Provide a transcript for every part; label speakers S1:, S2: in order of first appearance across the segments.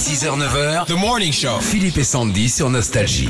S1: 6h-9h,
S2: The Morning Show.
S1: Philippe et Sandy sur Nostalgie.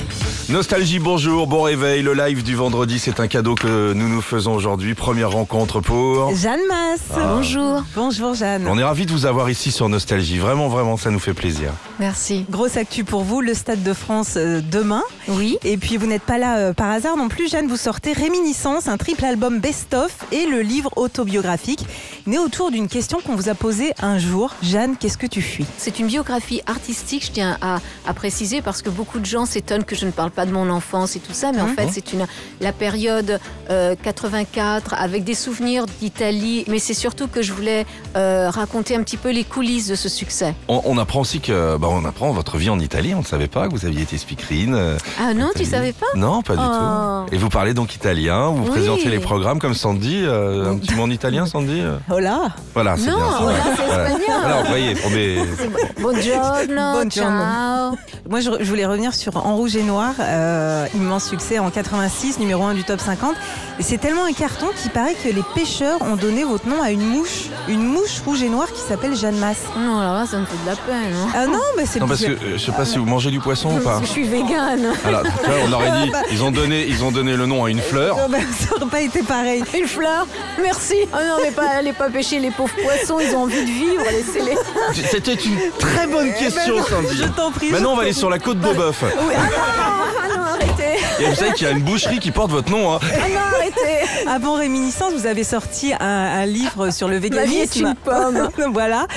S3: Nostalgie, bonjour, bon réveil. Le live du vendredi, c'est un cadeau que nous nous faisons aujourd'hui. Première rencontre pour.
S4: Jeanne Masse. Bonjour. Bonjour Jeanne.
S3: Oh. Ah. On est ravis de vous avoir ici sur Nostalgie. Vraiment, vraiment, ça nous fait plaisir.
S5: Merci.
S4: Grosse actu pour vous, le Stade de France euh, demain.
S5: Oui.
S4: Et puis vous n'êtes pas là euh, par hasard non plus, Jeanne, vous sortez Réminiscence, un triple album best-of et le livre autobiographique, né autour d'une question qu'on vous a posée un jour. Jeanne, qu'est-ce que tu fuis
S5: C'est une biographie artistique, je tiens à, à préciser, parce que beaucoup de gens s'étonnent que je ne parle pas de mon enfance et tout ça, mais en fait, c'est une la période euh, 84 avec des souvenirs d'Italie, mais c'est surtout que je voulais euh, raconter un petit peu les coulisses de ce succès.
S3: On, on apprend aussi que. Bah, on apprend votre vie en Italie. On ne savait pas que vous aviez été speakerine. euh,
S5: Ah non, tu
S3: Italie.
S5: savais pas
S3: Non, pas du
S5: Oh.
S3: tout. Et vous parlez donc italien. Vous
S5: Oui.
S3: présentez les programmes comme Sandy. euh, un petit mot en italien, Sandy. euh.
S4: Hola
S3: Voilà, c'est
S5: Non,
S3: bien. ça,
S5: voilà,
S3: ouais.
S5: c'est
S3: Voilà.
S5: espagnol.
S3: Voilà, vous voyez, on est.
S5: Buongiorno,
S4: Buongiorno.
S5: ciao.
S4: Moi, je, je voulais revenir sur En Rouge et Noir, euh, immense succès en 86, numéro 1 du top 50. Et c'est tellement un carton qu'il paraît que les pêcheurs ont donné votre nom à une mouche, une mouche rouge et noire qui s'appelle Jeanne Masse.
S5: Non, alors là, ça me fait de la peine. hein.
S4: Ah non, mais c'est
S3: Non, parce
S4: bizarre.
S3: que euh, je sais pas si vous mangez du poisson ou pas.
S5: Je suis végane.
S3: Alors, tu vois, on aurait dit, ils ont donné, ils ont donné le nom à une fleur.
S4: Non, ben, ça aurait pas été pareil.
S5: Une fleur, merci. Oh non, mais pas, allez pas pêcher les pauvres poissons, ils ont envie de vivre, laissez-les.
S3: C'était une très
S5: Eh ben
S3: bonne question, Sandy.
S4: Je t'en prie.
S3: Maintenant, Bah on va aller sur la côte Beauboeuf.
S5: Ah non, arrêtez.
S3: Et vous savez qu'il y a une boucherie qui porte votre nom. Hein.
S5: Ah non, arrêtez.
S4: Avant Réminiscence, vous avez sorti un, un livre sur le véganisme.
S5: vie est une pomme.
S4: voilà.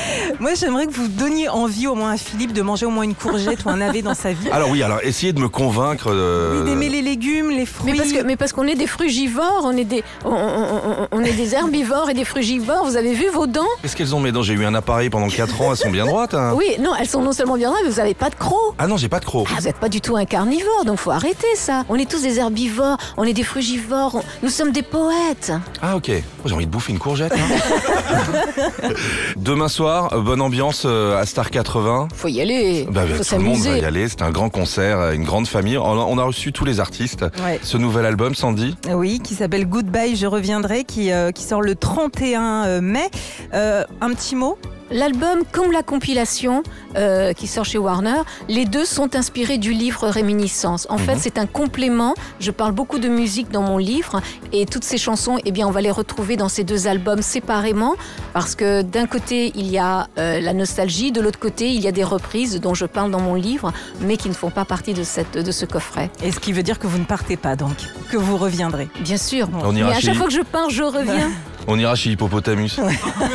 S4: Moi, j'aimerais que vous donniez envie au moins à Philippe de manger au moins une courgette ou un navet dans sa vie.
S3: Alors oui, alors essayez de me convaincre. euh,
S4: Oui, d'aimer les légumes, les fruits.
S5: Mais parce que, mais parce qu'on est des frugivores, on est des, on, on- on- on est des herbivores et des frugivores. Vous avez vu vos dents
S3: Qu'est-ce qu'elles ont mes dents J'ai eu un appareil pendant 4 ans, elles sont bien droites. hein.
S5: Oui, non, elles sont non seulement bien droites, mais vous n'avez pas de crocs.
S3: Ah non, j'ai pas de crocs.
S5: Ah, vous n'êtes pas du tout un carnivore, donc faut arrêter ça. On est tous des herbivores, on est des frugivores, on- nous sommes des poètes.
S3: Ah ok. Oh, J'ai envie de bouffer une courgette. hein. Demain soir, euh, bonne ambiance euh, à Star 80.
S5: Faut y aller,
S3: Bah, bah,
S5: faut
S3: tout le monde va
S5: s'amuser.
S3: y aller. C'est un grand concert, euh, une grande famille. On a, on a reçu tous les artistes.
S4: Ouais.
S3: Ce nouvel album, Sandy.
S4: Oui, qui s'appelle Goodbye, je reviendrai, qui, euh, qui sort le 31 euh, mai. Euh, un petit mot
S5: L'album comme la compilation euh, qui sort chez Warner, les deux sont inspirés du livre Réminiscence. En
S3: Mhm.
S5: fait, c'est un complément. Je parle beaucoup de musique dans mon livre et toutes ces chansons, eh bien, on va les retrouver dans ces deux albums séparément parce que d'un côté, il y a euh, la nostalgie, de l'autre côté, il y a des reprises dont je parle dans mon livre, mais qui ne font pas partie de, cette, de ce coffret.
S4: Et ce qui veut dire que vous ne partez pas, donc, que vous reviendrez.
S5: Bien sûr.
S4: Bon.
S3: On
S5: Mais
S3: ira,
S5: à
S3: chez,
S5: chaque fois que je pars, je reviens.
S3: on ira chez Hippopotamus.
S5: Oh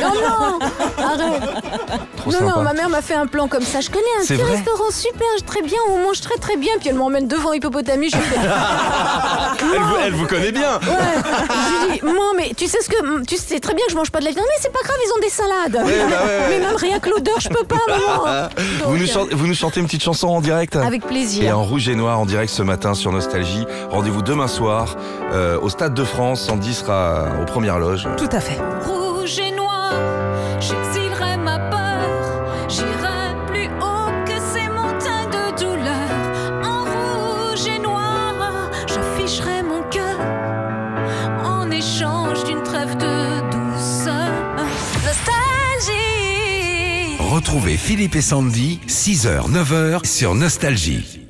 S5: non Arrête
S3: Trop
S5: non,
S3: sympa.
S5: non, ma mère m'a fait un plan comme ça. Je connais un
S3: C'est
S5: petit
S3: vrai
S5: restaurant super, très bien, où on mange très très bien. Puis elle m'emmène devant Hippopotamus. Je lui dis,
S3: Elle vous, elle vous connaît bien.
S5: ouais. Je lui dis, maman, mais tu sais ce que. Tu sais très bien que je mange pas de la viande. Mais c'est pas grave, ils ont des salades.
S3: Ouais, bah ouais, ouais.
S5: Mais même rien que l'odeur, je peux pas, maman.
S3: Vous
S5: Donc,
S3: nous,
S5: euh,
S3: chantez, vous nous chantez une petite chanson en direct
S5: Avec
S3: Et
S5: plaisir.
S3: en rouge et noir en direct ce matin sur Nostalgie. Rendez-vous demain soir euh, au Stade de France. Sandy sera aux premières loges.
S4: Tout à fait.
S6: rouge et noir. J'exilerai ma peur, j'irai plus haut que ces montagnes de douleur. En rouge et noir, j'afficherai mon cœur en échange d'une trêve de douceur. Nostalgie.
S1: Retrouvez Philippe et Sandy, 6h-9h sur Nostalgie.